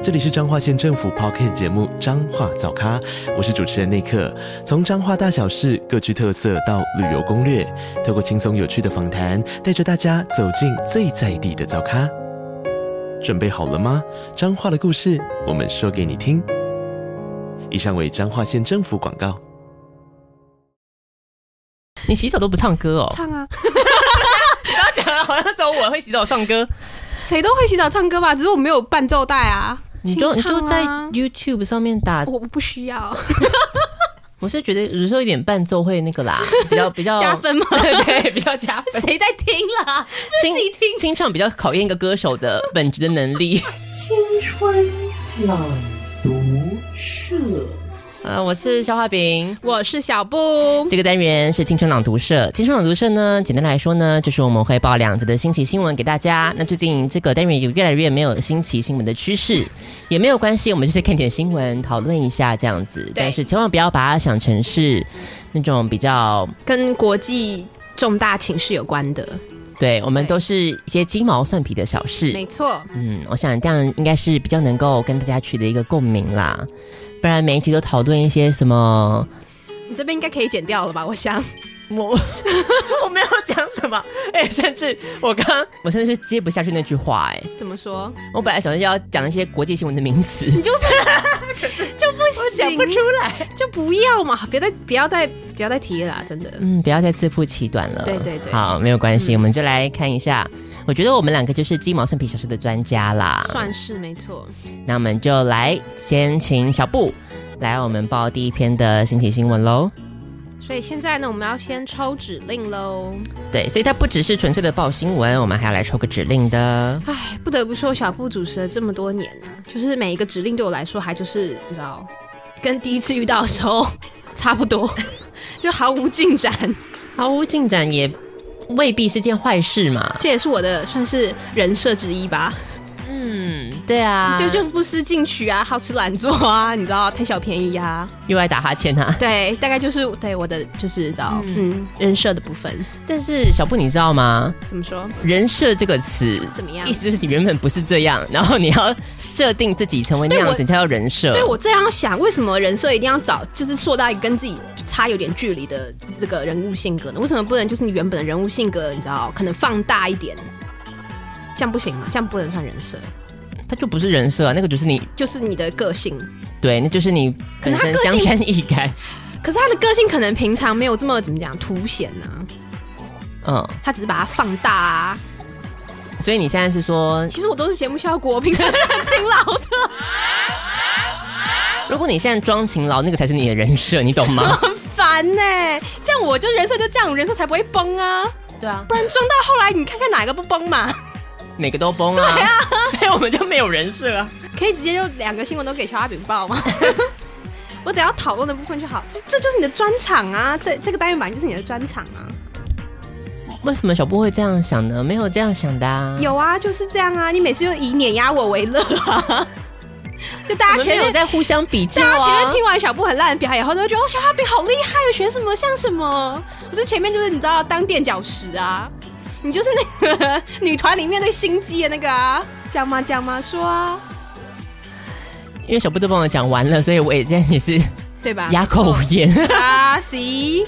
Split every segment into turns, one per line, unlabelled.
这里是彰化县政府 p o c k t 节目《彰化早咖》，我是主持人内克。从彰化大小事各具特色到旅游攻略，透过轻松有趣的访谈，带着大家走进最在地的早咖。准备好了吗？彰化的故事，我们说给你听。以上为彰化县政府广告。
你洗澡都不唱歌哦？
唱啊，
不要讲了，好像只有啊我会洗澡唱歌。
谁都会洗澡唱歌吧？只是我没有伴奏带啊。
你就你
清唱啊
就在 YouTube 上面打，
我不需要
我是觉得有时候一点伴奏会那个 啦，比较比较
加。分吗？
对，比较加分。
谁在听啦？
清
自己听
清唱比较考验一个歌手的本质的能 力。
青春朗读社。
呃，我是肖化饼，
我是小布，
这个单元是青春朗读社。青春朗读社呢，简单来说呢，就是我们会报两则的新奇新闻给大家。那最近这个单元有越来越没有新奇新闻的趋势，也没有关系，我们就是看点新闻讨论一下这样子。但是千万不要把它想成是那种比较，
跟国际重大情势有关的，
对我们都是一些鸡毛蒜皮的小事。
没错。
嗯，我想这样应该是比较能够跟大家取得一个共鸣啦。不然每一集都讨论一些什么，
你这边应该可以剪掉了吧？我想，
我 我没有讲什么，哎、甚至我刚我甚至是接不下去那句话、哎，
怎么说？
我本来想是要讲一些国际新闻的名词，
你就是就不行，不出来，就不要嘛！别再不要再不要再提了啦，真的。
嗯，不要再自曝其短了。
对对对
好，没有关系，我们就来看一下。我觉得我们两个就是鸡毛蒜皮小事的专家啦，
算是没错，
那我们就来先请小布来我们报第一篇的新奇新闻喽。
所以现在呢，我们要先抽指令喽。
对，所以它不只是纯粹的报新闻，我们还要来抽个指令的。
唉，不得不说，小布主持了这么多年啊，就是每一个指令对我来说，还就是你知道，跟第一次遇到的时候差不多， 就毫无进展。
毫无进展也未必是件坏事嘛。
这也是我的算是人设之一吧，
嗯，对啊，
对，就是不思进取啊，好吃懒做啊，你知道，贪小便宜啊，
又爱打哈欠啊。
对，大概就是对我的就是你知道，嗯，人设的部分
但是小布，你知道吗？
怎么说？
人设这个词
怎么样
意思就是你原本不是这样，然后你要设定自己成为那样子，
对我
你才叫人设。
对我这样想，为什么人设一定要找就是塑造一个跟自己差有点距离的这个人物性格呢？为什么不能就是你原本的人物性格，你知道，可能放大一点？这样不行吗？这样不能算人设，
他就不是人设、啊，那个就是你
就是你的个性。
对，那就是你
可
本
能他
身
个性
江山易改。
可是他的个性可能平常没有这么怎么讲凸显呢、
嗯，
他只是把它放大啊。
所以你现在是说，
其实我都是节目效果，我平常是很勤劳的，
如果你现在装勤劳，那个才是你的人设，你懂 吗？
很烦呢、这样我就人设就这样，人设才不会崩啊。
对啊
不，然装到后来，你看看哪个不崩嘛？
每个都崩啊，对啊，所以我们就没有人设啊。
可以直接就两个新闻都给小阿饼报吗？ 我只要讨论的部分就好，这这就是你的专场啊，这这个单元版就是你的专场啊。
为什么小布会这样想呢？没有这样想的啊。
有啊，就是这样啊，你每次就以碾压我为乐啊，
我
就大家
们
啊前
没有
面。
在互相比较
大家前面
啊。
听完小布很烂的表演后，都会觉得哦，小阿饼好厉害哦，学什么像什么。我就前面就是你知道当垫脚石啊，你就是那个女团里面最心机的那个啊，讲嘛讲嘛说啊，
因为小布都帮我讲完了，所以我也现在也是
对吧？
哑口无言。
啊，行。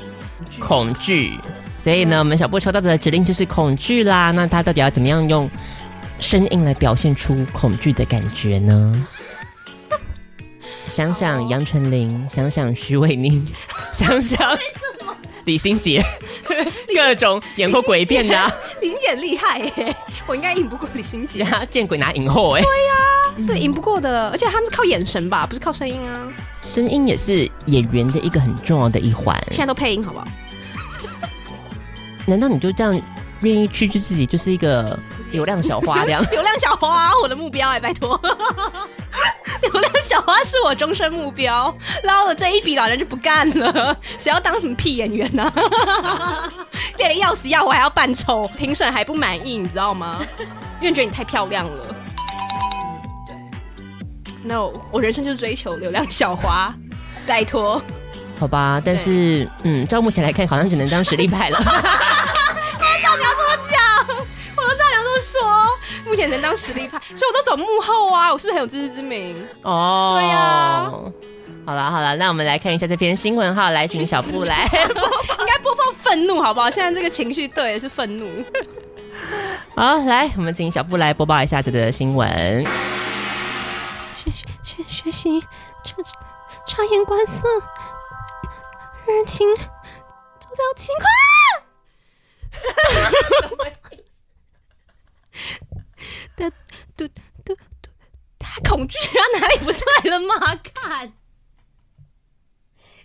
恐惧。所以呢，我们小布抽到的指令就是恐惧啦。那他到底要怎么样用声音来表现出恐惧的感觉 呢？想想杨丞琳，想想徐伟宁， 想想李心 洁，各种演过鬼片的、 啊，
李心姐很厉害耶、我应该赢不过李心姐，
他见鬼拿影后哎、
是赢不过的。而且他们是靠眼神吧，不是靠声音啊。
声音也是演员的一个很重要的一环。
现在都配音好不好？
难道你就这样愿意屈就自己就是一个流量小花这样？
流量小花，我的目标哎、拜托。 流量小花是我终身目标，啊 捞了这一笔，老人就不干了。谁要当什么屁演员呢、
对的要死要活还要扮丑，评审还不满意，你知道吗？因为觉得你太漂亮了。对，那我我人生就是追求流量小花，拜托，
好吧，但是嗯，照目前来看，好像只能当实力派了。
到底要怎么讲？我都知道你要这么说，目前能当实力派，所以我都走幕后啊，我是不是很有自知之明？
哦，
对呀
好了好了，那我们来看一下这篇新闻哈，来请小布 来。
应该播放愤怒好不好？现在这个情绪对是愤怒。
好，来，我们请小布来播报一下这个新闻。
学学学学习察察言观色，日情走交情况。
对对对，他恐惧啊，哪里不对了吗？看，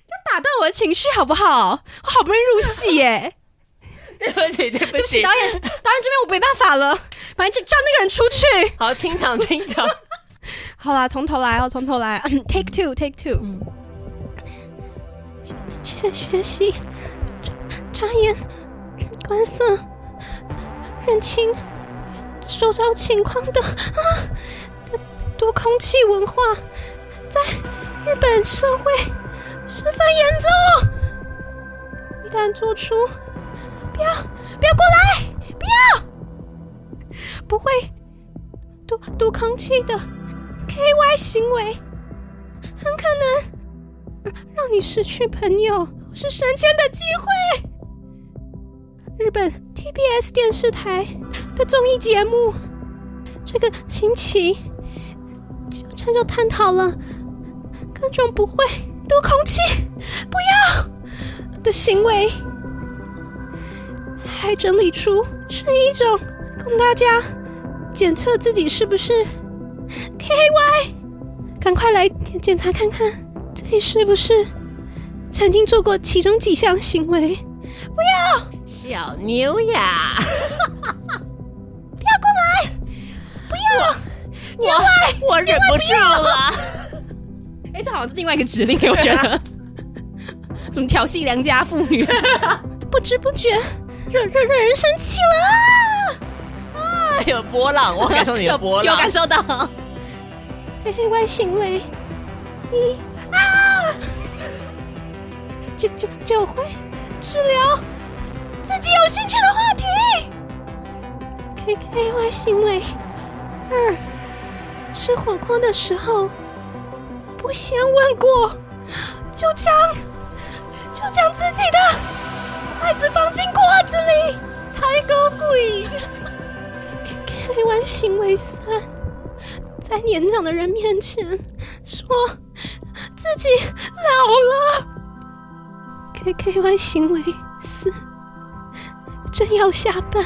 要打断我的情绪好不好？我好不容易入戏耶、
对不起，对不
对不起，导演，导演这边我没办法了，反正就叫那个人出去。
好，清场清场。
好啦，从头来哦，从头 来，take two，take two。
学学习，察察言观色，认清周遭情况的啊，多空气文化在日本社会十分严重。一旦做出，不要不要过来，不要，不会多多空气的 KY 行为，很可能。让你失去朋友或是升迁的机会。日本 TBS 电视台的综艺节目，这个星期他就探讨了各种不会读空气、不要的行为，还整理出是一种供大家检测自己是不是 KY，赶快来检检查看看。自己是不是曾经做过其中几项行为？
小牛呀，不要过来， 不要，我我忍不住了。
哎、这好像是另外一个指令，我觉 得。什么调戏良家妇女？
不知不觉惹惹惹人生气了
有哎波浪，我感受你的波
有
浪。
感受到？
啊！KY 行为一啊，就就就会治疗自己有兴趣的话题。K K Y 行为二，吃火锅的时候不先问过，就将就将自己的筷子放进锅子里，太狗鬼。K K Y 行为三，在年长的人面前说自己老了。K K Y 行为四，正要下班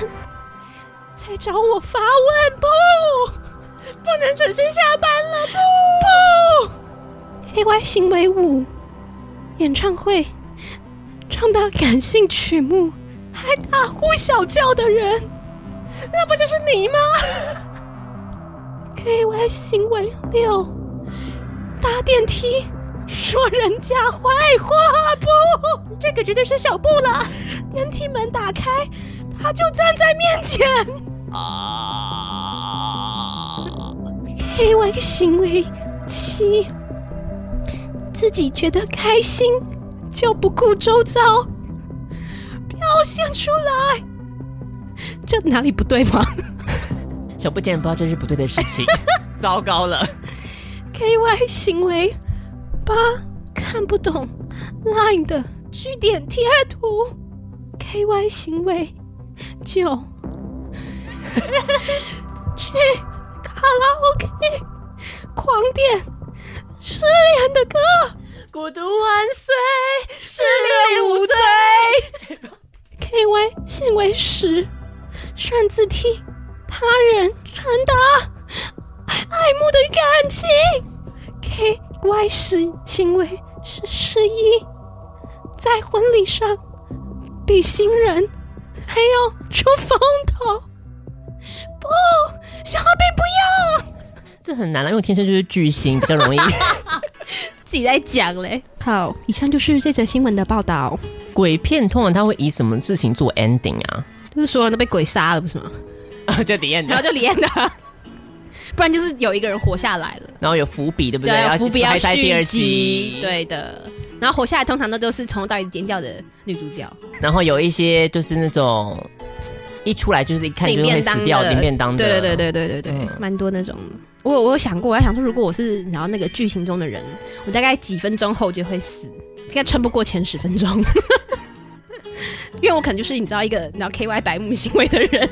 才找我发问，不，不能准时下班了，不不。K Y 行为五，演唱会唱到感性曲目还大呼小叫的人，那不就是你吗？K Y 行为六，搭电梯说人家坏话，不，这个绝对是小布了。电梯门打开，他就站在面前。K Y 行为七，自己觉得开心就不顾周遭，表现出来。这哪里不对吗？
小布竟然不知道这是不对的事 情，糟糕了。
K Y 行为八看不懂 Line 的据点贴图，K Y 行为九去卡拉 OK 狂点失恋的歌，
孤独万岁，
失恋无罪。K Y 行为十擅自替他人传达爱慕的感情。K Y 十行为是失一，在婚礼上比新人还要出风头。不，小兵不要。
这很难了，因为我天生就是巨星，比 较容易。
自己在讲嘞。
好，以上就是这则新闻的报道。
鬼片通常它会以什么事情做 ending 啊？
就是所有人都被鬼杀了，不是吗？
啊， 就 the end，
然后就连的，不然就是有一个人活下来了。
然后有伏笔，对不对？
对，有伏笔要
拍第二
续
集
集，，。对的。然后活下来通常都都是从头到尾尖叫的女主角，
然后有一些就是那种一出来就是一看就
领
会
便
死
当的，
掉，领便当的，嗯
对对对对对对对，蛮多那种的。我有我有想过，我还想说，如果我是然后那个剧情中的人，我大概几分钟后就会死，应该撑不过前十分钟， 因为我可能就是你知道一个你知道 K Y 白目行为的人，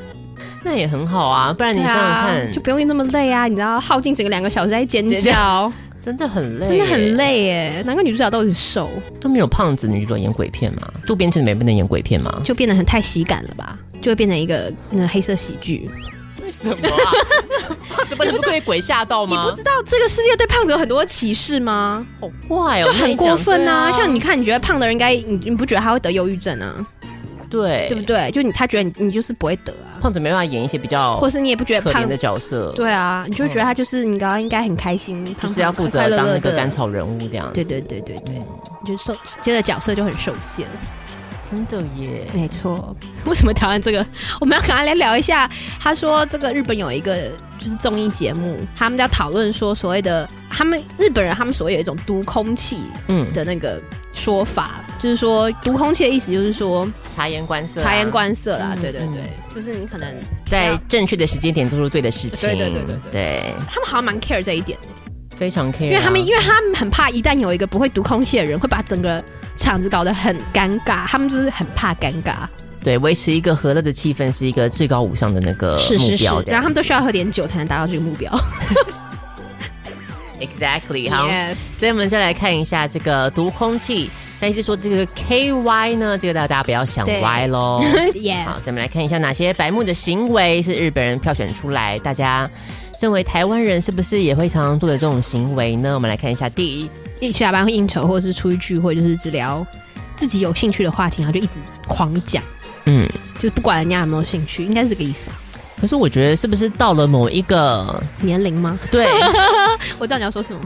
那也很好啊。不然 你
对
想想看，
啊，就不用那么累啊，你知道耗尽整个两个小时在尖 叫，
真的很累，
真的很，累耶，难怪女主角都很瘦，
都没有胖子女主角演鬼片嘛？渡边直美不能演鬼片吗？
就变得很太喜感了吧，就会变成一个那黑色喜剧。
为什么 啊？胖子不能对鬼吓到
你
吗？
不知道这个世界对胖子有很多歧视吗？
好怪哦，
就很过分啊！
那讲
像你看，你觉得胖的人应该，你你不觉得他会得忧郁症啊？
对
对不对？就你他觉得你你就是不会得啊，
胖子没办法演一些比较
或是你也不觉
可
得
怜
胖
的角色，
对啊，你就会觉得他就是你刚刚应该很开心，胖
就是要负责当那个甘。
快快乐乐的
草人物这样
对
子。嗯
对对对对，你就受接的角色就很受限。
真的耶，
没错， 为什么台湾这个？我们要赶快来聊一下。他说，这个日本有一个就是综艺节目，他们在讨论说所谓的他们日本人，他们所谓有一种读空气
嗯，
的那个说法，就是说读空气的意思，就是说
察言观色啊，
察言观色啦。
嗯
对对
嗯
对，就是你可能
在正确的时间点做出对的事情，
啊对对对对对
对
他们好像蛮 care 这一点的，
非常 care，啊
因为他们因为他们很怕，一旦有一个不会读空气的人，会把整个场子搞得很尴尬。他们就是很怕尴尬，
对维持一个和乐的气氛是一个至高无上的那个呃目标的，
然后他们都需要喝点酒才能达到这个目标。
exactly 好。所以我们再来看一下这个毒空气，但是说这个 K Y 呢，这个大家不要想
对
歪喽。好，所以我
Yes，
们来看一下哪些白目的行为是日本人票选出来，大家身为台湾人是不是也会常常做的这种行为呢？我们来看一下，第一，
一起下班会应酬，或者是出去聚会，就是只聊自己有兴趣的话题，然后就一直狂讲，
嗯，
就是不管人家有没有兴趣，应该是这个意思吧？
可是我觉得是不是到了某一个
年龄吗？
对
我知道你要说什么。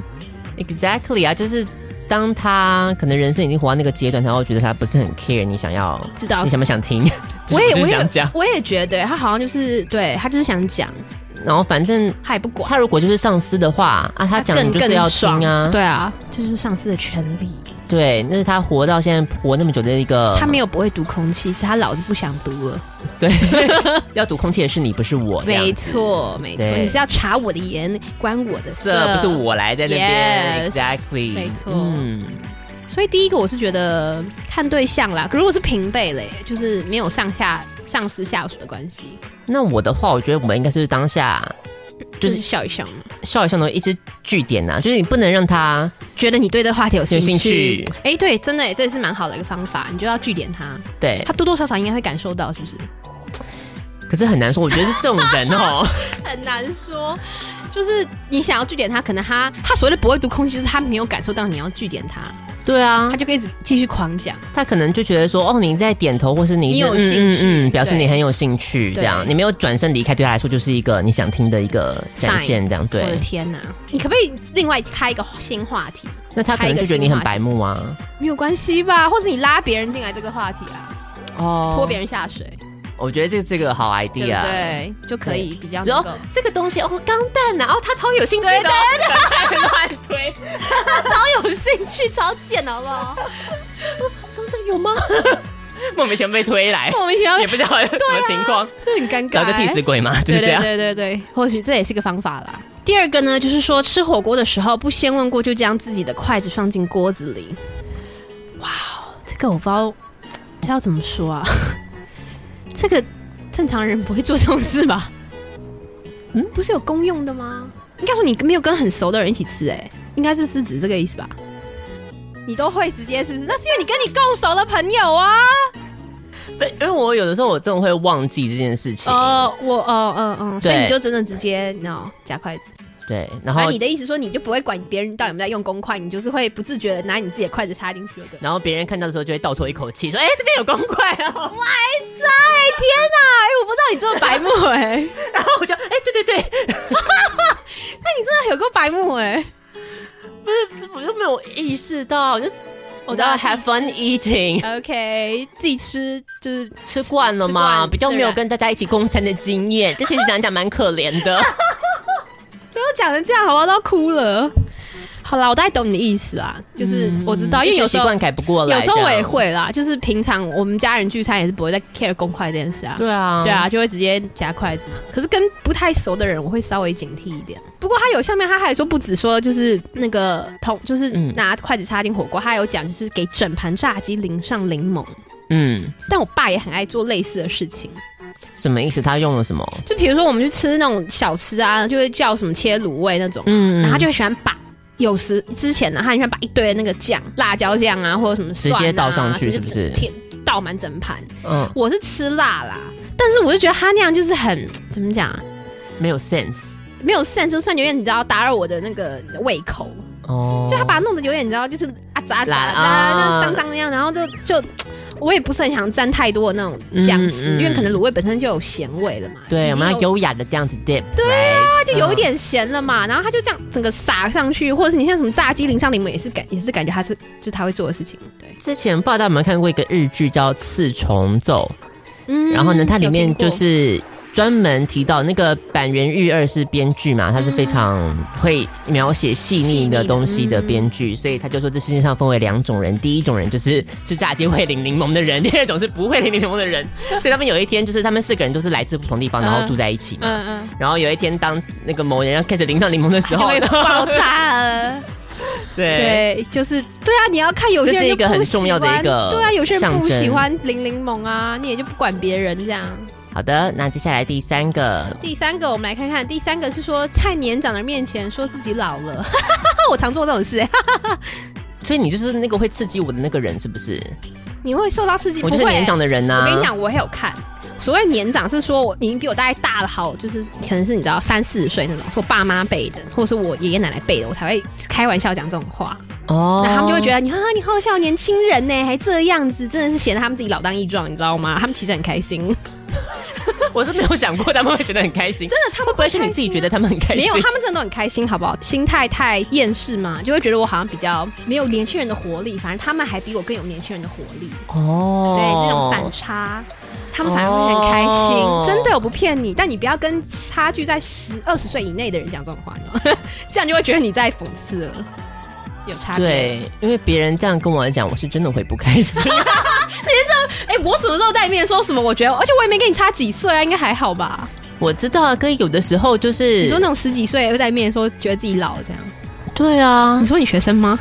exactly 啊，就是当他可能人生已经活到那个阶段，他会觉得他不是很 care 你想要
知道
你想不想听，
我也
就是
我
就是
也
想讲，
我也觉得他好像就是对他就是想讲，
然后反正
他也不管。
他如果就是上司的话啊，他讲的
更
就
更
是要听
爽
啊，
对啊，就是上司的权利。
对，那是他活到现在活那么久的一个，
他没有不会读空气，是他老子不想读了。
对要读空气的是你，不是我，哦这样
没错，没错，
对
你是要查我的颜，关我的
色不是。我来在那边
Yes，
，exactly，
没错
嗯，
所以第一个我是觉得看对象啦，可如果是平辈嘞，就是没有上下上司下属的关系，
那我的话，我觉得我们应该是当下就
就是是笑一笑嘛。
笑一笑，然后一直据点呐、就是你不能让他
觉得你对这个话题有兴
有兴趣
哎、对，真的耶，这也是蛮好的一个方法，你就要据点他，
对
他，多多少少应该会感受到，是不是？
可是很难说，我觉得是这种人 哦，
很难说，就是你想要据点他，可能他他所谓的不会读空气，就是他没有感受到你要据点他，
对啊
他，就可以一直继续狂讲。
他可能就觉得说，哦，你在点头，或是你
你有
嗯
兴趣
嗯嗯，表示
对
你很有兴趣，这
对
样，你没有转身离开，对他来说就是一个你想听的一个展
Sign
现，这样
我的
对。
天哪！你可不可以另外开一个新话题？
那他可能就觉得你很白目啊，
没有关系吧？或者你拉别人进来这个话题啊，
哦
拖别。人下水，
我觉得这是个好
对
idea，
不对？就可以比较
然
能
后
够
这个东西哦，钢弹呐，哦，他超有兴趣的哦，
乱推，超有兴趣，超贱，好不好？真的有吗？
莫名其妙被推来，
莫名其妙
也，不知道什么情况，
这很尴尬。
找个替死鬼嘛，就
啊 对啊
是这
对
样。
对对对，或许这也是个方法啦。第二个呢，就是说吃火锅的时候不先问过，就将自己的筷子放进锅子里。哇，哦，这个我不知道这要怎么说啊？ 这个正常人不会做这种事吧？嗯，不是有公用的吗？应该说你没有跟很熟的人一起吃、哎，应该是是指这个意思吧？你都会直接是不是？那是因为你跟你够熟的朋友啊。
不 因为我有的时候我真的会忘记这件事情，
哦，我哦嗯嗯，所以
对
你就真的直接然后夹筷子。
对，然
反
后
正你的意思说，你就不会管别人到底有没有在用公筷，你就是会不自觉的拿你自己的筷子插进去， 对。
然后别人看到的时候就会倒抽一口气，说：“哎，这边有公筷哦。”
塞，哎天哪！哎、我不知道你这么白目哎、
然后我就：“哎，对对对，
那你真的有够白目哎、
不是，我就没有意识到，就是
我
我都要 have fun eating，
OK，自己吃就是
吃惯了嘛，比较没有
自然
跟大家一起共餐的经验，这其实讲讲蛮可怜
啊
的。嗯
不要讲成这样，好不好？都要哭了。好啦，我大概懂你的意思啦，就是我知嗯道，因为有
习
时候
惯改不过来，
有时候我也
这样。
会啦，就是平常我们家人聚餐也是不会再 care 公筷这件事啊。
对啊，
对啊，就会直接夹筷子嘛。可是跟不太熟的人，我会稍微警惕一点。不过他有下面他还说，不止说就是那个桶，就是
嗯
拿筷子插进火锅，他还有讲就是给整盘炸鸡淋上柠檬。
嗯，
但我爸也很爱做类似的事情，
什么意思？他用了什么？
就比如说我们去吃那种小吃啊，就会叫什么切卤味那种，
嗯
然后他就会喜欢把。有时之前呢，他很喜欢把一堆的那个酱、辣椒酱啊，或者什么、
直接倒上去
什
是
么
不是
就填倒满整盘。
嗯
我是吃辣啦，但是我就觉得他那样就是很怎么讲啊，
没有 sense
没有 sense，就算有点你知道打扰我的那个胃口，
哦，
就他把它弄得有点你知道就是啊杂啊杂
懒
啊
啊
脏脏那样，然后就就我也不是很想沾太多的那种酱丝，
嗯嗯
因为可能卤味本身就有咸味了嘛，已
对
经
我们嗯要优雅的这样子 dip，对
它啊就有一点咸了嘛，然后他就这样整个撒上去，或者是你像什么炸鸡淋上柠檬也是感也是感觉他是就是他会做的事情，对，
之前不知道大家有没有看过一个日剧叫《刺虫咒》，
嗯
然后呢，它里面就
有听
是专门提到那个板垣裕二是编剧嘛，他是非常会描写细腻的东西的编
嗯
剧，所以他就说这世界上分为两种人，第一种人就是吃炸鸡会淋柠檬的人，第二种是不会淋柠檬的 人。所以他们有一天就是他们四个人都是来自不同地方，然后住在一起
过，
嘛。
嗯嗯，
然后有一天，当那个某人要开始淋上柠檬的时
就
候
会，爆炸了。
对，
对，就是对啊，你要看有些人
这是
就
一个
不
很
喜
重要的一
欢
个
对啊，有些人
象
不喜
征
欢零零檬啊，你也就不管别人这样。
好的，那接下来第三个，
第三个，我们来看看，第三个是说在年长的面前说自己老了， 我常做这种事、 欸，
所以你就是那个会刺激我的那个人，是不是？
你会受到刺激，
我
不
就是
会
年长的人呐、啊
我跟你讲，我也有看。所谓年长是说我已经比我大概大了好，就是可能是你知道三四十岁那种，是我爸妈辈的，或是我爷爷奶奶辈的，我才会开玩笑讲这种话。
哦
那他们就会觉
得
得你哈、你好笑，年轻人呢还这样子，真的是显得他们自己老当益壮，你知道吗？他们其实很开心，
我是没有想过他们会觉得很开心，真的，他们不会是你自己觉得他们很开心？
没有，他们真的都很开心，好不好？心态太厌世嘛，就会觉得我好像比较没有年轻人的活力，反正他们还比我更有年轻人的活力，
哦，
对，这种反差。他们反而会很开心，
哦
真的，我不骗你。但你不要跟差距在十二十岁以内的人讲这种话，你知道吗 这样就会觉得你在讽刺了，有差别。，
对，因为别人这样跟我讲，我是真的会不开心。
哎、我什么时候在里面说什么？我觉得，而且我也没跟你差几岁啊，应该还好吧？
我知道，啊可以有的时候就是
你说那种十几岁又在面说觉得自己老这样，
对啊
你，说你学生吗？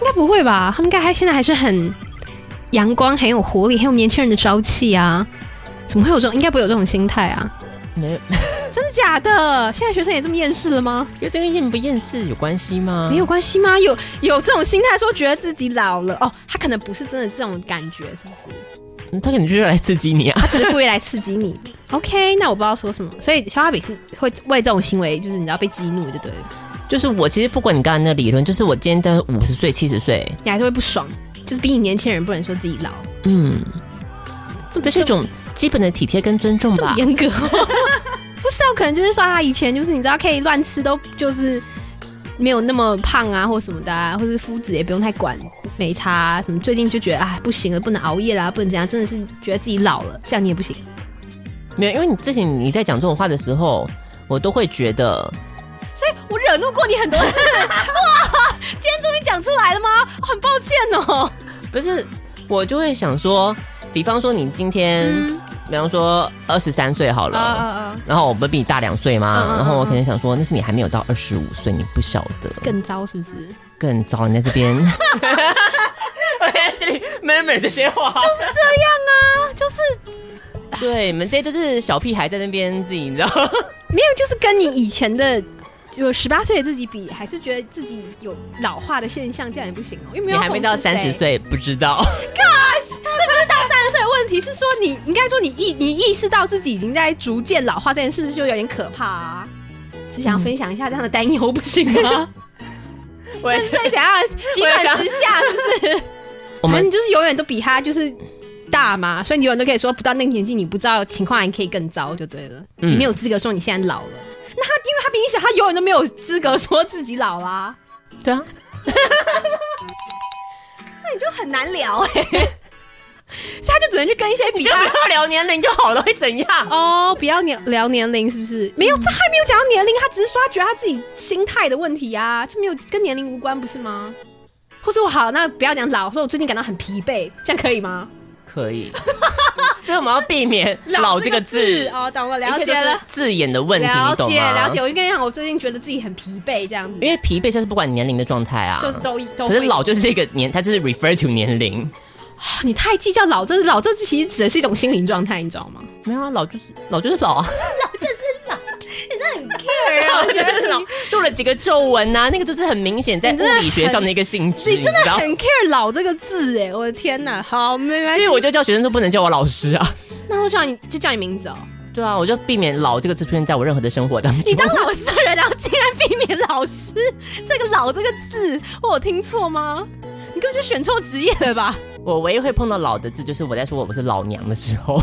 应该不会吧？他们应该还现在还是很阳光、很有活力、很有年轻人的朝气啊。怎么会有这种？应该不会有这种心态啊！
没有，
真的假的？现在学生也这么厌世了吗？
跟这个厌不厌世有关系吗？
没有，关系吗？有有这种心态，说觉得自己老了哦，他可能不是真的这种感觉，是不是？
他可能就是来刺激你啊。
他只是故意来刺激你。OK，那我不知道说什么，所以小花饼是会为这种行为，就是你知道被激怒就对了，
就是我其实不管你刚才那理论，就是我今天在五十岁、七十岁，
你还是会不爽，就是比你年轻人不能说自己老，
嗯，
这么
这是一种基本的体贴跟尊重
这么
吧。
严格、 不是啊，可能就是说他以前就是你知道可以乱吃，都就是没有那么胖啊，或什么的、啊，或是肤质也不用太管，没差、啊、什么。最近就觉得啊，不行了，不能熬夜啦，不能这样，真的是觉得自己老了，这样你也不行。
没有，因为你之前你在讲这种话的时候，我都会觉得
所以我惹怒过你很多 次，哇！今天终于讲出来了吗？很抱歉哦。
不是，我就会想说，比方说你今天，
嗯
比方说二十三岁好了，
啊，
然后我不比你大两岁吗？
嗯嗯
然后我
嗯
可能想说，那是你还没有到二十五岁，你不晓得，
更糟是不是？
更糟，你在这边。我在心里 murmur 这些 话，
是这样啊，就是
对，你们这些就是小屁孩在那边自己，你知道，
没有，就是跟你以前的。有十八岁的自己比，还是觉得自己有老化的现象，这样也不行哦。因为
你
没有
还没到
讽刺谁
三十，岁，不知道。
这不是到三十岁的问题，是说你应该说你意你意识到自己已经在逐渐老化这件事，就有点可怕啊。只想分享一下这样的担忧，不行 吗？
我也
所以
是
等一下急
我也
转
想
直下，是不是？
我
反正
们
你就是永远都比他就是大嘛，所以你永远都可以说，不到那个年纪，你不知道情况还可以更糟，就对了。
嗯
你没有资格说你现在老了。那他因为他比你小，他永远都没有资格说自己老啦。
对啊，
那你就很难聊 哎、所以他就只能去跟一些比
你就
啊
不
他
要聊年龄就好了，会怎样？
啊哦，不要年聊年龄是不是？没有，这还没有讲到年龄，他只是说他觉得他自己心态的问题呀、这没有跟年龄无关，不是吗？或是我好，那不要讲老，说我最近感到很疲惫，这样可以吗？
可以， 所以我们要避免“老”这个字，
哦，懂了，
一
了
切
解
都是
了，
字眼的问题，
了
你懂
解
吗？
了解。我就跟你讲，我最近觉得自己很疲惫，这样子，
因为疲惫，这是不管年龄的状态啊，
就是都
可
都会。
是老就是一个年，它就是 refer to 年龄。
哦你太计较老，这老这其实指的是一种心灵状态，你知道吗？
没有啊，老就是老就是老啊，
我觉得
老露了几个皱纹呐，那个就是很明显在物
你真的
理学上的一个性质，
你真的
知道。
很 care 老这个字哎，我的天哪！好，没关
所
系
以，我就叫学生说不能叫我老师啊。
那我叫你就叫你名字哦。
对啊，我就避免“老”这个字出现在我任何的生活当中。
你当老师的人，然后竟然避免老师这个“老”这个字，我有听错吗？你根本就选错职业了 吧？
我唯一会碰到“老”的字，就是我在说我是老娘的时候。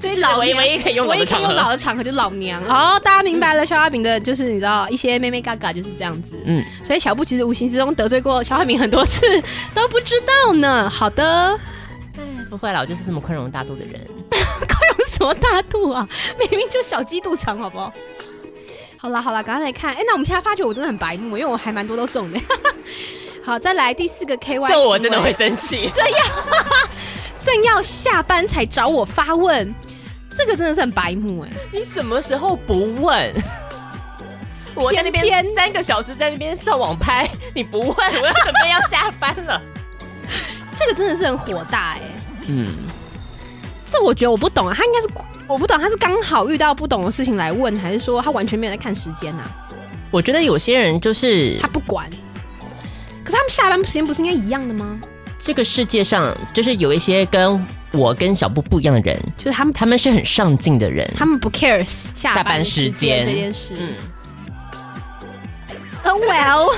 所以老
唯一
娘
唯一可以用老的
唯一可以
场合
用老的场合就是老娘。哦，大家明白了，小花饼的就是你知道一些妹妹嘎嘎就是这样子。
嗯，
所以小布其实无形之中得罪过小花饼很多次，都不知道呢。好的，
不会啦，我就是这么宽容大度的人。
用什么大度啊？ 明明就小鸡肚肠，好不好？好啦好啦，赶快来看。哎、那我们现在发觉我真的很白目，因为我还蛮多都中的。 好，再来第四个 K Y，
这我真的会生气。
正要下班才找我发问，这个真的是很白目哎、
你什么时候不 问？我在那边
偏偏
三个小时在那边上网拍，你不问，我要准备要下班 了。
这个真的是很火大哎、
嗯，
这我觉得我不懂啊，他应该是我不懂，他是刚好遇到不懂的事情来问，还是说他完全没有在看时间呐、啊？
我觉得有些人就是
他不管。可是他们下班时间不是应该一样的吗？
这个世界上，就是有一些跟我跟小布不一样的人，
就是他们
他们是很上进的人。
他们不 care 下
下班时
时
间
间这件事。
嗯，
Oh well，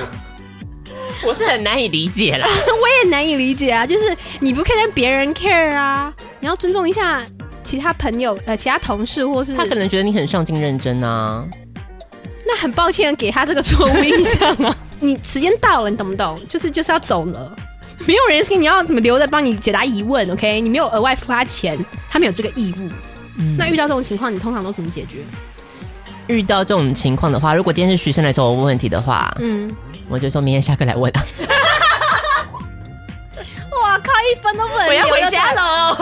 我是很难以理解啦。
我也难以理解啊，就是你不 care 但别人 care 啊，你要尊重一下其他朋友呃其他同事或是
他可能觉得你很上进认真啊，
那很抱歉给他这个错误印象 啊。你时间到了，你懂不懂？就是就是要走了，没有人是你要怎么留着帮你解答疑问，OK？你没有额外付他钱，他没有这个义务。
嗯
那遇到这种情况，你通常都怎么解决？
遇到这种情况的话，如果今天是学生来找我问问题的话，
嗯，
我就说明天下课来问啊。
哇靠，一分都不能
我要
留
回
着
家
他。
喽。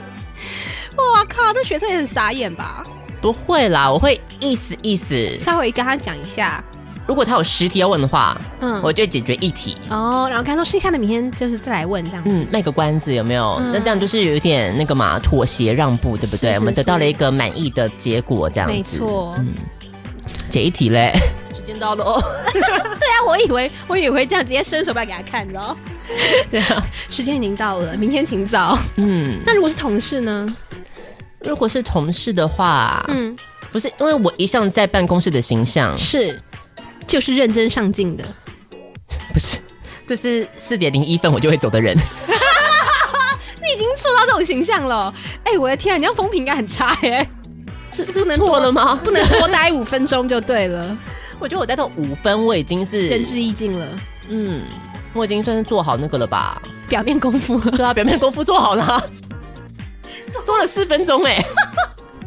哇靠，这学生也很傻眼吧？
不会啦，我会意思意思。
稍微跟他讲一下，
如果他有十题要问的话，
嗯，
我就解决一题。
哦，然后跟他说剩下的明天就是再来问这样。
嗯，卖个关子有没有？
嗯
那这样就是有一点那个嘛，妥协让步，对不对？
是是
我们得到了一个满意的结果，这样子。
没错
嗯，解一题嘞。 时间到哦喽。
对啊，我以为我以为这样直接伸手牌给他看，你知道？
对啊，
时间已经到了，明天请早。
嗯，
那如果是同事呢？
如果是同事的话，
嗯，
不是因为我一向在办公室的形象
是，就是认真上进的。
不是，就是四点零一分我就会走的人。
你已经塑造这种形象了，哎、我的天、啊，你这样风评应该很差耶、这这能
错了吗？
不能多待五分钟就对了，
我觉得我待到五分，我已经
仁
是
至义尽了，
嗯，我已经算是做好那个了 吧？
表面功夫了。
对啊，表面功夫做好 了，多了四分钟哎、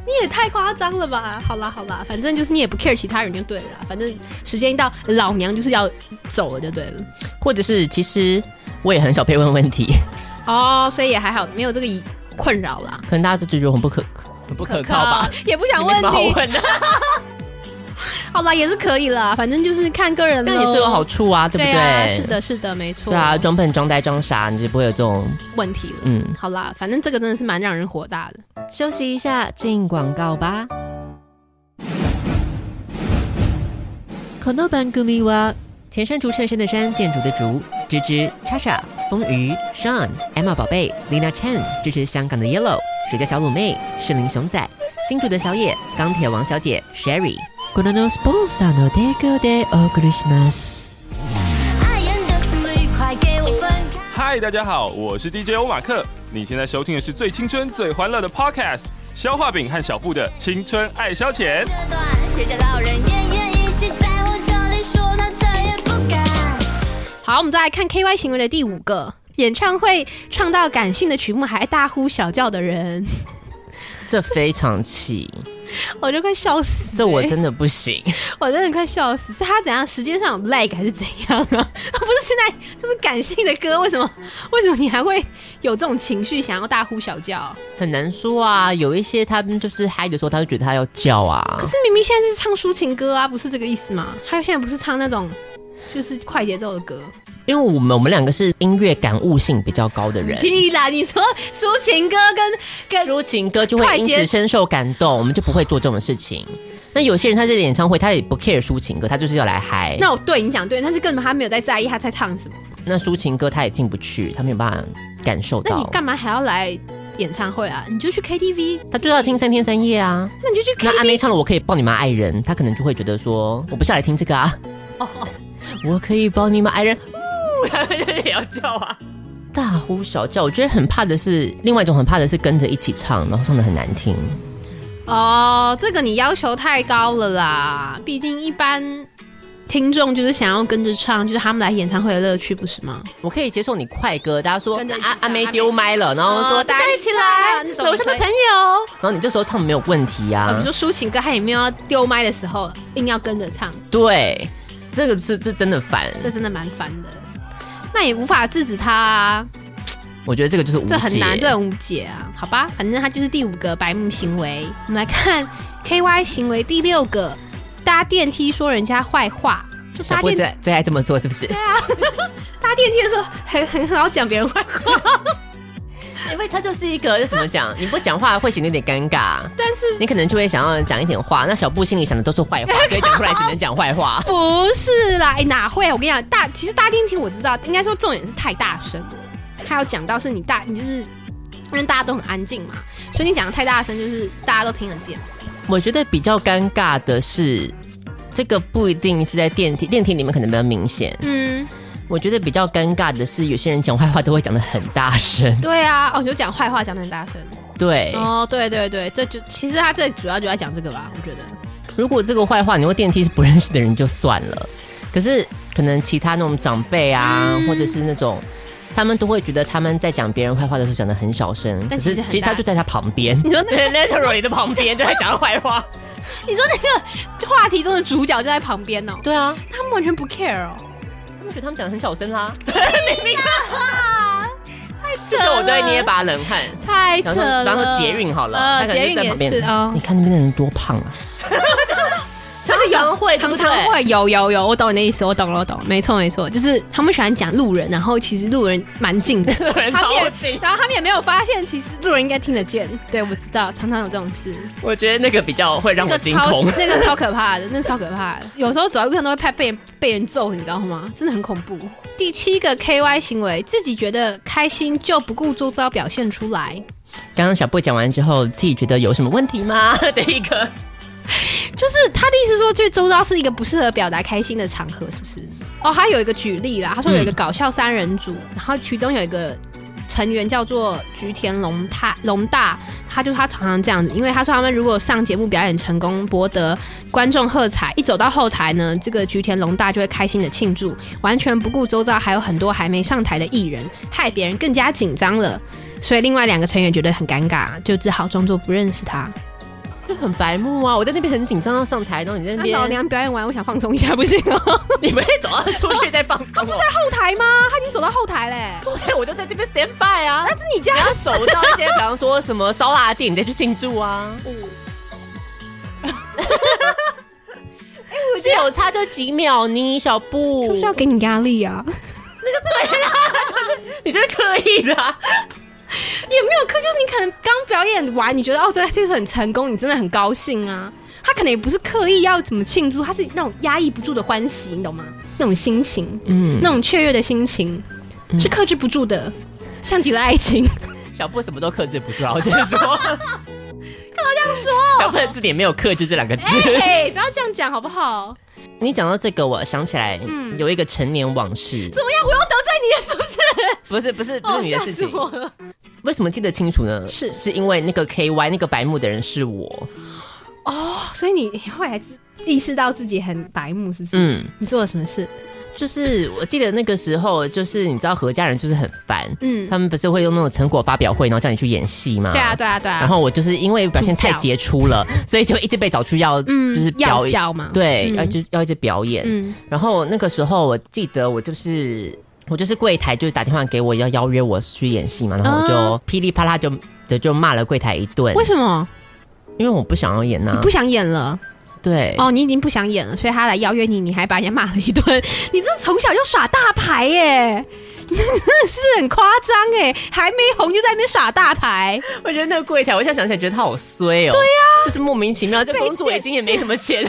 你也太夸张了吧？好啦好啦，反正就是你也不 care 其他人就对了啦，啊反正时间一到，老娘就是要走了就对了。
或者是其实我也很少被问问题，
哦，所以也还好，没有这个疑困扰啦。
可能大家都觉得我很不可很不可靠吧？，
也不想
没
问
什么好
你。
问的，啊
好啦，也是可以啦，反正就是看个人咯。
但也是有好处啊，对不
对
对？
啊，是。的，是的，没错。
对啊，装笨、装呆、装傻，你就不会有这种
问题了。
嗯。
好啦，反正这个真的是蛮让人火大的。
休息一下，进广告吧。この番組は田山竹衬衫的山，建筑的竹，芝芝、叉叉、风鱼、Sean、Emma 宝贝、Lina Chen，支持香港的 Yellow、水饺小卤妹、士林熊仔、新竹的小野、钢铁王小姐 Sherry。このスポンサーの提供でお送りします。
爱人的情侣，快给我分开！
嗨，大家好，我是 DJ 欧马克。你现在收听的是最青春、最欢乐的 Podcast，消化饼和小布的青春爱消遣
这。段有些老人奄奄一息，在我这里说他再也不敢。
好好，我们再来看 K Y 行为的第五个演唱会，唱到感性的曲目还大呼小叫的人，
这非常气，
我就快笑死、欸。
这我真的不行。
我真的快笑死，是他怎样时间上有 lag 还是怎样啊？ 不是现在就是感性的歌，为什么为什么你还会有这种情绪，想要大呼小叫？
很难说啊，有一些他们就是嗨的时候，他就觉得他要叫啊。
可是明明现在是唱抒情歌啊，不是这个意思吗？还有现在不是唱那种就是快节奏的歌？
因为我们我们两个是音乐感悟性比较高的人，
屁啦！你说抒情歌跟跟
抒情歌就会因
哎快
此
节
深受感动，我们就不会做这种事情。那有些人他这个演唱会他也不 care 抒情歌，他就是要来嗨。
那我对你讲对，但是根本他没有在在意他在唱什么。
那抒情歌他也进不去，他没有办法感受
那你
到。
干嘛还要来演唱会啊？你就去 KTV，
他就要听三天三夜啊。
那你就去 K
那阿妹唱了《我可以抱你们爱人》，他可能就会觉得说，我不是要来听这个 啊。我可以抱你们爱人，呜， 他也要叫啊，大呼小叫。我觉得很怕的是，另外一种很怕的是跟着一起唱，然后唱的很难听。
哦，这个你要求太高了啦，毕竟一般。听众就是想要跟着唱，就是他们来演唱会的乐趣，不是吗？
我可以接受你快歌，大家说啊
跟着一起
阿
唱
阿妹丢麦了，然后说
哦
大家一起来
大家一起，来
楼上的朋友，然后你这时候唱没有问题
我
啊
哦们。说抒情歌，他也没有要丢麦的时候，硬要跟着唱，
对，这个是这真的烦，
这真的蛮烦的。那也无法制止他、啊，
我觉得这个就是无解。
这很难，这很无解啊。好吧，反正他就是第五个白目行为。我们来看 K Y 行为第六个，搭电梯说人家坏话，就
小
搭
波
电
最爱最爱这么做，是不是？
啊搭电梯的时候很很好讲别人坏话，。
因为他就是一个怎么讲，你不讲话会显得有点尴尬，但是你可能就会想要讲一点话。那小布心里想的都是坏话，所以讲出来只能讲坏话
不是啦，哎哪会？我跟你讲，大其实搭电梯我知道，应该说重点是太大声了。他有讲到是你大，你就是因为大家都很安静嘛，所以你讲的太大声，就是大家都听得见。
我觉得比较尴尬的是，这个不一定是在电梯，电梯里面可能比较明显。
嗯，
我觉得比较尴尬的是，有些人讲坏话都会讲的很大声。
对啊，哦，你就讲坏话讲的很大声。
对，
哦，对对对，这就其实他这主要就在讲这个吧，我觉得。
如果这个坏话你用电梯是不认识的人就算了，可是可能其他那种长辈啊，
嗯
或者是那种。他们都会觉得他们在讲别人坏话的时候讲的很小声，
但
可
其
是
实很
其实他
大
就在他旁边。
你说那
对，literally 的旁边就在讲坏 话。
你说那个话题中的主角就在旁边哦，
对啊，
他们完全不 care 哦。
他们觉得他们讲的很小声啦，
啊，太
这
扯
时
了！
候我哦对你也把冷汗。
太
然
扯
后说，
了。
然后说捷运好了，
啊
他
呃，
可能
捷
就
运
在旁
也
边
是哦
你。看那边的人多胖 啊！这个常会，
常
对不对
常会有有有，我懂你的意思，我懂了，我懂了，没错没错，就是他们喜欢讲路人，然后其实路人蛮近的，
路人
他们
超
也，然后他们也没有发现，其实路人应该听得见。对，我知道，常常有这种事，
我觉得那个比较会让
那
我
个
惊
超
恐。
那个超可 怕的，那超可怕的。有时候走在路上都会怕被人被人揍，你知道吗？真的很恐怖。第七个 K Y 行为，自己觉得开心就不顾周遭表现出来，
刚刚小布讲完之后，自己觉得有什么问题吗？ 的一个，
就是他的意思说，就周遭是一个不适合表达开心的场合，是不是？哦，他有一个举例啦，他说有一个搞笑三人组，然后其中有一个成员叫做菊田龙太龙大，他就他常常这样子，因为他说他们如果上节目表演成功，博得观众喝彩，一走到后台呢，这个菊田龙大就会开心的庆祝，完全不顾周遭还有很多还没上台的艺人，害别人更加紧张了。所以另外两个成员觉得很尴尬，就只好装作不认识他。
这很白目啊！我在那边很紧张要上台，然后你 在那
那
边
老，娘表演完，我想放松一下，不 行哦、
你们会走到出去再放松 我。
后台吗？他已经走到后台嘞、
后台我就在这边 stand by 啊，
那是你家
你要走到一些，比方说什么烧腊店，你再去庆祝啊。哎是有差就几秒呢，小布，
就是要给你压力啊，
你这是刻意的啊、
也没有课，就是你可能刚表演完，你觉得哦，这这次很成功，你真的很高兴啊。他可能也不是刻意要怎么庆祝，他是那种压抑不住的欢喜，你懂吗？那种心情，
嗯
嗯，那种雀跃的心情是克制不住的，像极了爱情。
小布什么都克制不住啊，我真的说，干 嘛 这样说？小布的字典没有“克制”这两个字。
哎、不要这样讲好不好？
你讲到这个，我想起来，
嗯
有一个陈年往事，
怎么样？我又得罪你了，是不是？
不是不是不是你的事情
哦吓死，我了
为什么记得清楚呢？
是
是因为那个 K Y 那个白目的人是我，
哦所以你后来知意识到自己很白目，是不是？
嗯，
你做了什么事？
就是我记得那个时候，就是你知道何家人就是很烦，
嗯
他们不是会用那种成果发表会，然后叫你去演戏吗？
对啊，对啊，对啊。
然后我就是因为表现太杰出了，所以就一直被找去嗯要，
嗯
就是表
要
演
教嘛
对，
嗯
要就要一直表演。
嗯
然后那个时候我记得我就是我就是柜台就是打电话给我要邀约我去演戏嘛，然后我就
啊
噼里啪啦就就就骂了柜台一顿，
为什么
因为我不想要演呐、
你不想演了？
嗯对
哦，你已经不想演了，所以他来邀约你，你还把人家骂了一顿。 你这从小就耍大牌耶， 你真的是很夸张哎，还没红就在那边耍大牌。
我觉得那个柜台，我现在想起来觉得他好衰哦。对
啊
呀、就是莫名其妙，这工作已经也没什么 钱，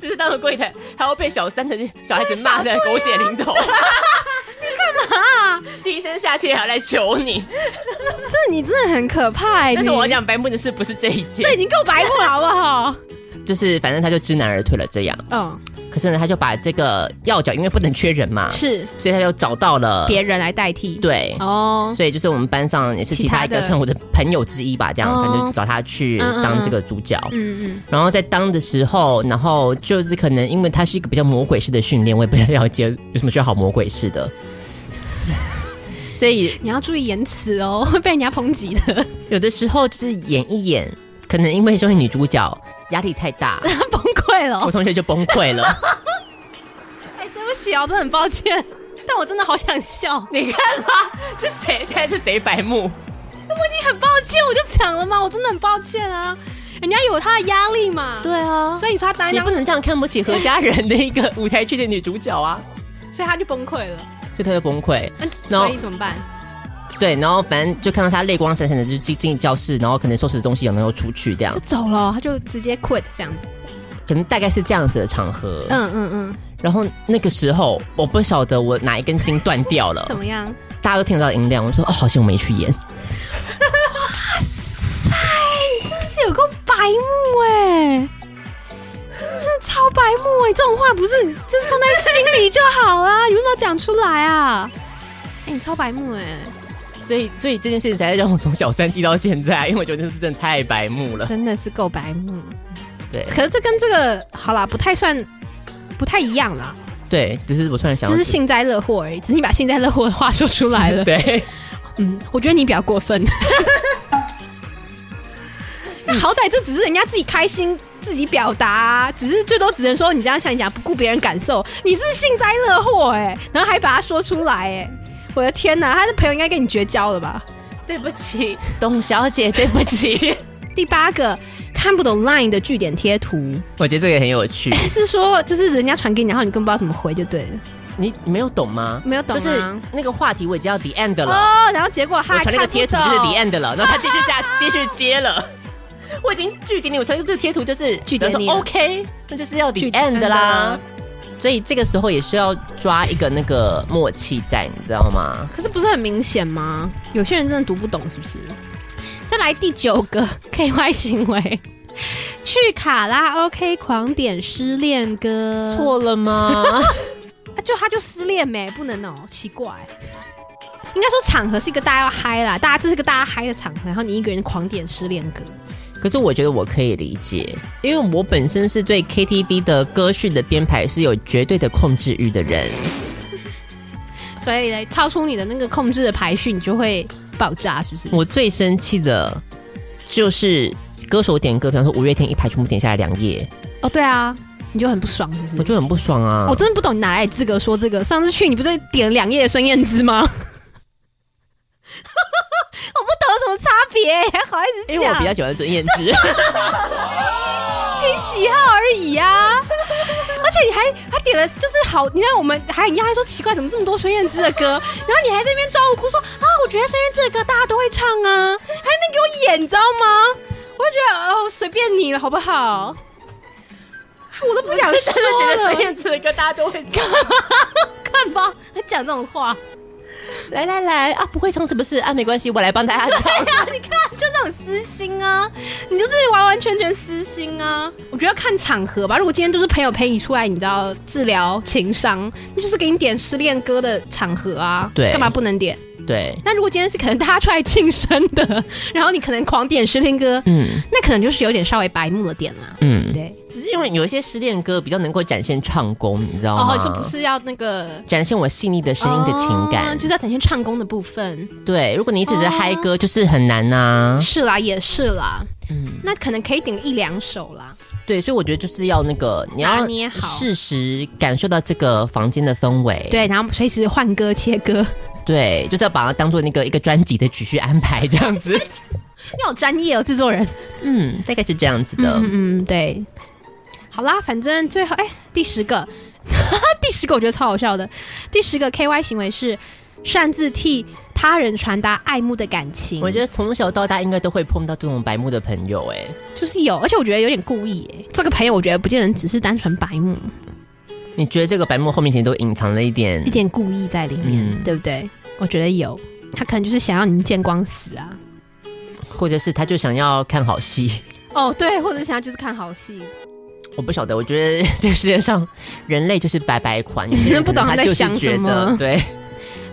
就是当个柜台还要被小三的小孩子骂的狗血淋 头。你干嘛、低声下气还要来求你，
这你真的很可怕哎！
但是
你
我要讲白目的事不是这一件
这已，经够白目了，好不 好？
就是反正他就知难而退了这样。
嗯，
可是呢，他就把这个要角，因为不能缺人嘛，
是
所以他就找到了
别人来代替。
嗯对。
哦，
所以就是我们班上也是其他一个
其他的
算我的朋友之一吧，这样
哦
反正就找他去
嗯嗯
当
嗯
这个主角。
嗯嗯，
然后在当的时候，然后就是可能因为它是一个比较魔鬼式的训练，我也不太了解有什么需要好魔鬼式的， 所以
你要注意言辞哦， 会被人家抨击的，
有的时候就是演一演，可能因为身为女主角压力太大，
崩溃了
我。同学就崩溃了。
哎，对不起哦，真的很抱歉，但我真的好想笑。
你看吧， 是谁？现在是谁白目？
我已经很抱歉，我就讲了嘛，我真的很抱歉啊，人家有他的压力嘛。
对啊，
所以你说他答应
你
他
不，能这样看不起何家人的一个舞台剧的女主角啊，
所以他就崩溃了。
所 以他就崩溃。
那
然后
所以怎么办？
对，然后反正就看到他泪光闪闪的就进进教室，然后可能收拾东西，然后出去这样
就，走了，他就直接 quit 这样子。
可能大概是这样子的场合。
嗯嗯嗯，
然后那个时候，我不晓得我哪一根筋断掉 了
怎，么样？
大家都听得到音量。我说哦，好像我没去演，
是有够白目哎、真的超白目哎、这种话不是就是放在心里就好啊，你为什么要讲出来啊？哎、你超白目哎、
所以所以这件事情才让我从小三记到现在，因为我觉得是真的太白目了。
真的是够白目。
对
可是这跟这个好啦，不太算，不太一样啦，
对，只是我突然想到，
就是幸灾乐祸而已。只是你把幸灾乐祸的话说出来了。
对，
嗯，我觉得你比较过分。那好歹这只是人家自己开心，自己表达啊、只是最多只能说你这样想一想，不顾别人感受，你是幸灾乐祸哎、然后还把它说出来哎、我的天哪，他的朋友应该跟你绝交了吧？
对不起，董小姐，对不起。
第八个，看不懂 LINE 的据点贴图，
我觉得这个也很有趣，
是说就是人家传给你，然后你更不知道怎么回就对了，
你你没有懂吗？
没有懂吗
就是那个话题我已经要 the end 了，
哦，然后结果他
我
还
传那个
看
贴
不
图就是 the
懂。
end 了，然后他继续下继续接了。 我已经据点你，我传这个贴图就是
据点
然后
你
说
了
OK，那就是要 the
据点
end
的
啦
啦。
所以这个时候也是要抓一个那个默契在，你知道吗？
可是不是很明显吗？有些人真的读不懂，是不是？再来第九个 K Y 行为， 去卡拉 OK 狂点失恋歌，
错了 吗？
啊就他就失恋没，不能哦，奇怪。应该说场合是一个大家要嗨啦，大家这是个大家嗨的场合，然后你一个人狂点失恋歌，
可是我觉得我可以理解，因为我本身是对 KTV 的歌序的编排是有绝对的控制欲的人。
所以呢，超出你的那个控制的排序，你就会爆炸，是不是？
我最生气的就是歌手点歌，比方说五月天一排全部点下来两页，
哦，对啊，你就很不爽，是不是？
我就很不爽啊
嗯哦我。真的不懂你哪来的资格说这个。上次去你不是点了两页的孙燕姿吗？我 不懂有什么差别、还好意思
因为我
讲？
比较喜欢孙燕姿，
凭喜好而已呀、而且你还还点了，就是好，你看我们还人家还说奇怪，怎么这么多孙燕姿的歌？然后你还在那边装无辜说啊，我觉得孙燕姿的歌大家都会唱啊，还在那边给我演，你知道吗？我就觉得哦，随便你了，好不好？我都不想说
就觉得
了，
孙燕姿的歌大家都会唱。
看吧，还讲这种话。
来来来啊，不会唱是不是？啊，没关系，我来帮大家 唱。
对啊，你看，就这种私心啊，你就是完完全全私心啊。我觉得要看场合吧。如果今天都是朋友陪你出来，你知道治疗情商，那就是给你点失恋歌的场合啊。
对
干嘛不能点？
对，
那如果今天是可能大家出来庆生 的，然后你可能狂点失恋歌，
嗯
那可能就是有点稍微白目了点啦。
嗯，
对，只是
因为有一些失恋歌比较能够展现唱功，你知道吗？
哦，就不是要那个
展现我细腻的声音的情感，嗯
哦就是要哦展现唱功的部分。
对。如果你一直在嗨歌，就是很难啊呐、
是啦，也是啦。嗯，那可能可以点一两首啦。
对，所以我觉得就是要那个你
拿
要
捏好
适时感受到这个房间的氛围，
对，然后随时换歌切歌，
对，就是要把它当做那个一个专辑的曲序安排这样子，
你好专业哦，制作人。
嗯，大概是这样子的。
嗯嗯，对。好啦，反正最后哎、第十个， 第十个我觉得超好笑的。第十个 K Y 行为是擅自替他人传达爱慕的感情，
我觉得从小到大应该都会碰到这种白目的朋友、哎，
就是有，而且我觉得有点故意、哎，这个朋友我觉得不见得只是单纯白目，
你觉得这个白目后面其实都隐藏了一点
一点故意在里面，
嗯
对不对？我觉得有，他可能就是想要你们见光死啊。
或者是他就想要看好 戏。
哦，对，或者想要就是看好戏，
我不晓得，我觉得这个世界上人类就是白白款，有些
真 的
人
不
可能他
懂他在
就是
想
觉
什
得
么
对，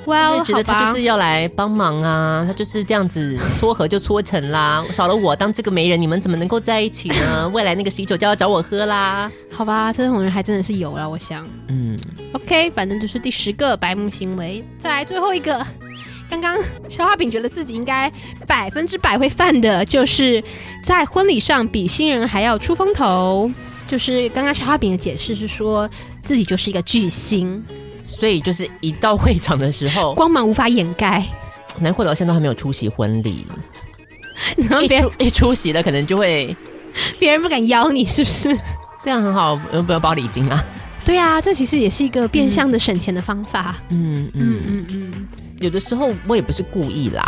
哇、
就
well,，
觉得
好
他
吧，
就是要来帮忙啊，他就是这样子撮合就撮成啦，少了我当这个媒人，你们怎么能够在一起 呢？未来那个喜酒就要找我喝啦。
好吧，这种人还真的是有了，我想。
嗯，
OK，反正就是第十个白目行为，再来最后一个。刚刚消化饼觉得自己应该百分之百会犯的，就是在婚礼上比新人还要出风头。就是刚刚消化饼的解释是说自己就是一个巨星，
所以就是一到会场的时 候，
光芒无法掩 盖。
难怪老现在都还没有出席婚礼，
然后
一
别人
出 一出席了，可能就会
别人不敢邀你，是不是？
这样很好，呃不要包礼金啦。
对啊，这其实也是一个变相的省钱的方法。
嗯嗯，
嗯嗯，
有的时候我也不是故意啦，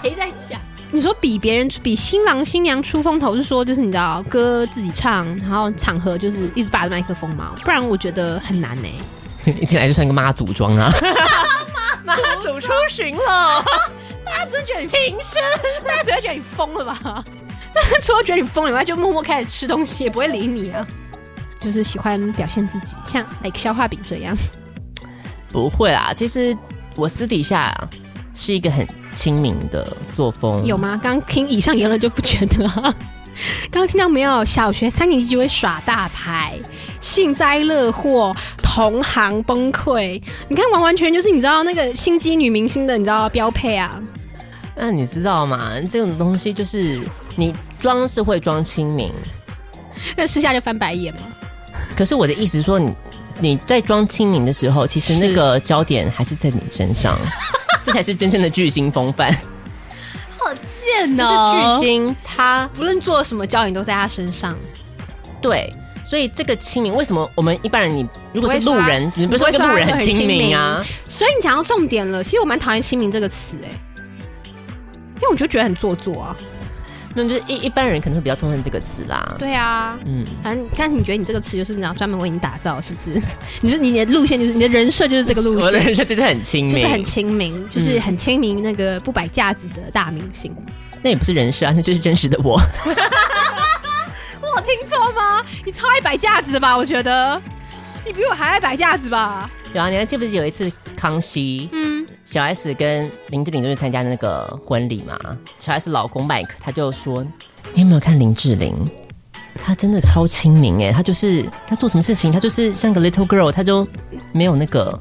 谁在讲？你说比别人比新郎新娘出风头，是说就是你知道歌自己唱，然后场合就是一直把着麦克风嘛，不然我觉得很难欸呢、
一进来就穿个妈祖装啊。
哦真觉得你平生，大家只会觉得你疯了吧？ 但是除了觉得你疯以外，就默默开始吃东西，也不会理你啊。就是喜欢表现自己，像 like 消化饼这样。
不会啦，其实我私底下是一个很亲民的作风。
有？吗？刚听以上言论就不觉得、 啊。刚刚听到没有？小学三年级就会耍大牌，幸灾乐祸，同行崩溃。你看，完完全就是你知道那个心机女明星的，你知道标配啊。
那你知道吗？这种东西就是你装是会装亲民，
那私下就翻白眼嘛。
可是我的意思是说你。你在装亲民的时候，其实那个焦点还是在你身 上，这才是真正的巨星风范。
贱
就
哦
是巨星，他
不论做什么，焦点都在他身上。
对，所以这个亲民，为什么我们一般人你如果是
不会
路
说
人，你不是
不会
说
说
路人
他
很
很
亲
亲
民啊？
所以你讲到重点了。其实我蛮讨厌“亲民”这个词，哎，因为我就觉得很做作啊。
那就是一一般人可能会比较痛恨这个词啦。
对啊，
嗯，
反正，但你觉得你这个词就是你要专门为你打造，是不是？ 你说你的路线就是你的人嗯设就是这个路
我的人
线，
生就是很亲民，
就是很亲民，就是很亲民那个不摆架子的大明星。
那也不是人设啊，那就是真实的 我。
我听错吗？你超爱摆架子的吧？我觉得你比我还爱摆架子吧？
然后你还记不记得有一次康熙，
嗯，
小 S 跟林志玲就是参加那个婚礼嘛？小 S 老公 Mike 他就说：“你有没有看林志玲？她真的超亲民哎，她就是她做什么事情，她就是像个 little girl，她就没有那个。”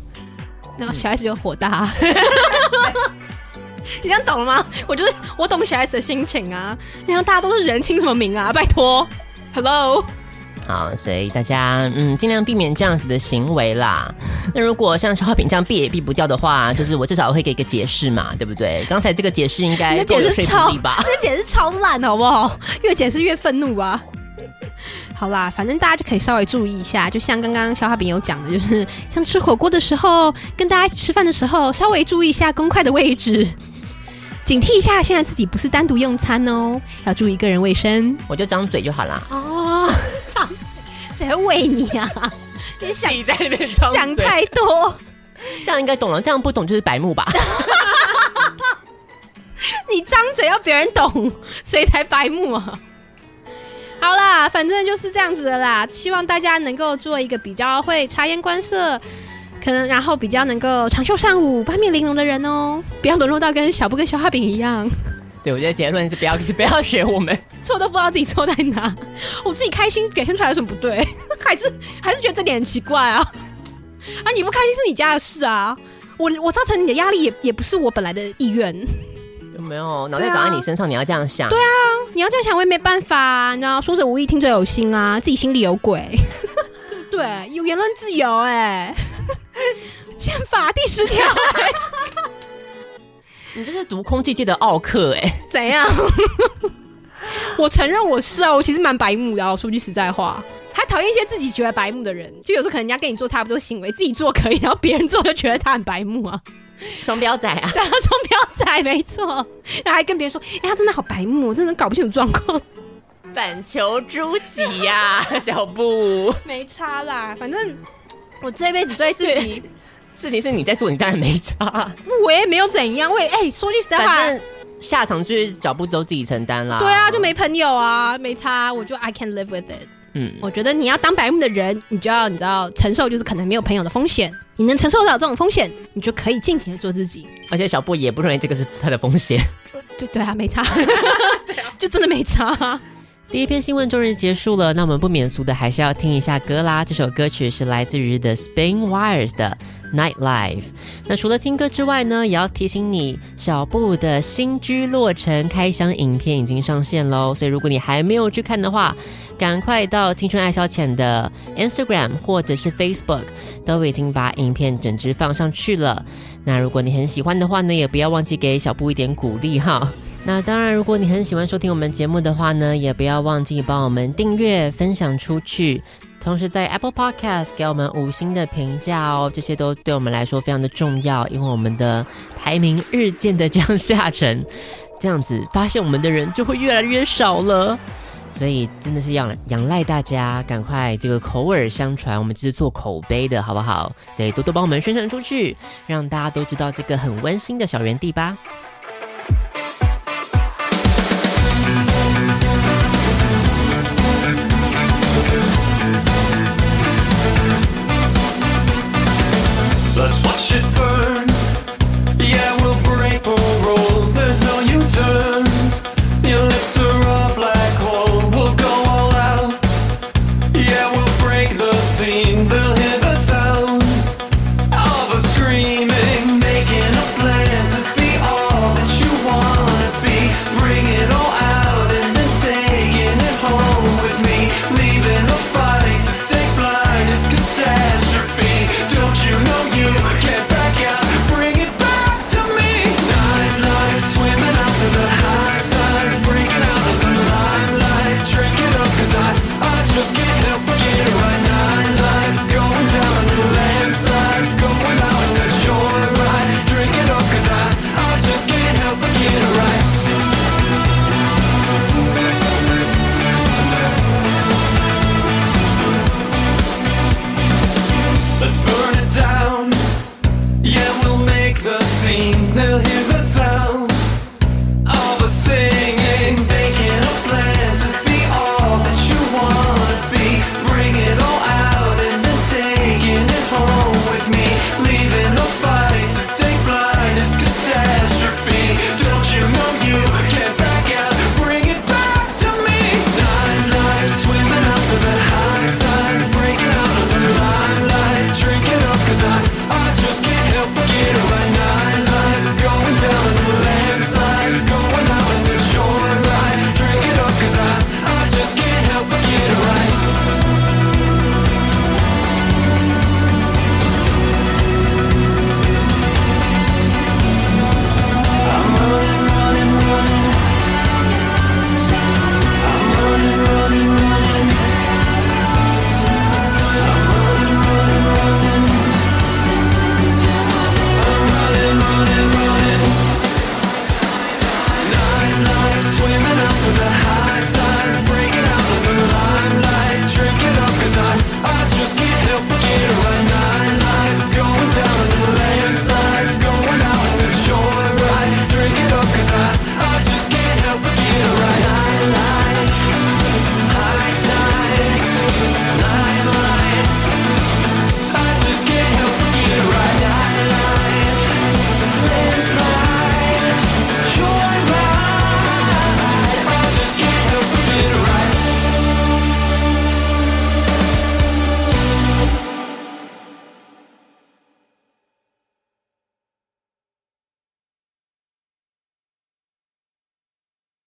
然后小 S 就火大、 你这样懂了吗？我就是我懂小 S 的心情啊。然后大家都是人，亲什么名啊？拜托，Hello，
好，所以大家嗯，尽量避免这样子的行为啦。那如果像消化饼这样避也避不掉的话，就是我至少会给一个解释嘛，对不对？刚才这个解释应
你
该
的
够
解
有
释
说
超，
服
你
力吧？
的解释超烂，好不好？越解释越愤怒啊！好啦，反正大家就可以稍微注意一下，就像刚刚小花饼有讲的，就是像吃火锅的时候，跟大家一起吃饭的时候，稍微注意一下公筷的位置，警惕一下，现在自己不是单独用餐哦，要注意个人卫生
我就张嘴就好啦。
哦。这样子谁会喂你 啊？你想
你在那边张
想
嘴
太多，
这样应该懂了，这样不懂就是白目吧？
你张嘴要别人懂，谁才白目啊？ 好啦，反正就是这样子的啦。希望大家能够做一个比较会察言观色，可能然后比较能够长袖善舞、八面玲珑的人哦，不要沦落到跟小布跟小画饼一样。
对，我觉得结论是不要 不要学我们。
错都不知道自己错在哪， 我自己开心表现出来有什么不对？ 还是还是觉得这点很奇怪啊！ 啊，你不开心是你家的事啊，我我造成你的压力也也不是我本来的意愿，
有没有脑袋长在你身上？你要这样想。对啊，
你要这样想我也没办法、啊，你知道，说者无意，听者有心啊，自己心里有鬼， 对不对？有言论自由哎、宪法第十条、哎
你这是读空气界的奥克哎、
怎样？ 我承认我是啊，我其实蛮白目的、啊。我说句实在话，还讨厌一些自己觉得白目的人。就有时候可能人家跟你做差不多行为，自己做可以，然后别人做就觉得他很白目啊。
双标仔啊！
对啊，双标仔没错，然后还跟别人说：“哎、他真的好白目，我真的搞不清楚状况。
反求诸己呀、小布”。
没差啦，反正我这辈子对自己，
事情是你在做，你当然没差。
我也没有怎样。我也哎、说句实在话
反，正下场就是脚步都自己承担啦。
对啊，就没朋友啊，没差，我就 I can live with it。
嗯，
我觉得你要当白目的人，你就要你知道承受就是可能没有朋友的风险，你能承受到这种风险，你就可以尽情的做自己。
而且小布也不认为这个是他的风险。
对对啊，没差，
啊
就真的没差、
第一篇新闻终于结束了，那我们不免俗的还是要听一下歌啦。这首歌曲是来自于 The Spin Wires 的《Nightlife》。那除了听歌之外呢，也要提醒你，小布的新居落成开箱影片已经上线喽，所以如果你还没有去看的话，赶快到青春爱消遣的 Instagram 或者是 Facebook 都已经把影片整支放上去了。那如果你很喜欢的话呢，也不要忘记给小布一点鼓励哈。那当然，如果你很喜欢收听我们节目的话呢，也不要忘记帮我们订阅、分享出去。同时在 Apple Podcast 给我们五星的评价哦，这些都对我们来说非常的重要，因为我们的排名日渐的这样下沉，这样子发现我们的人就会越来越少了。所以真的是仰仰赖大家，赶快这个口耳相传，我们就是做口碑的好不好？所以多多帮我们宣传出去，让大家都知道这个很温馨的小园地吧。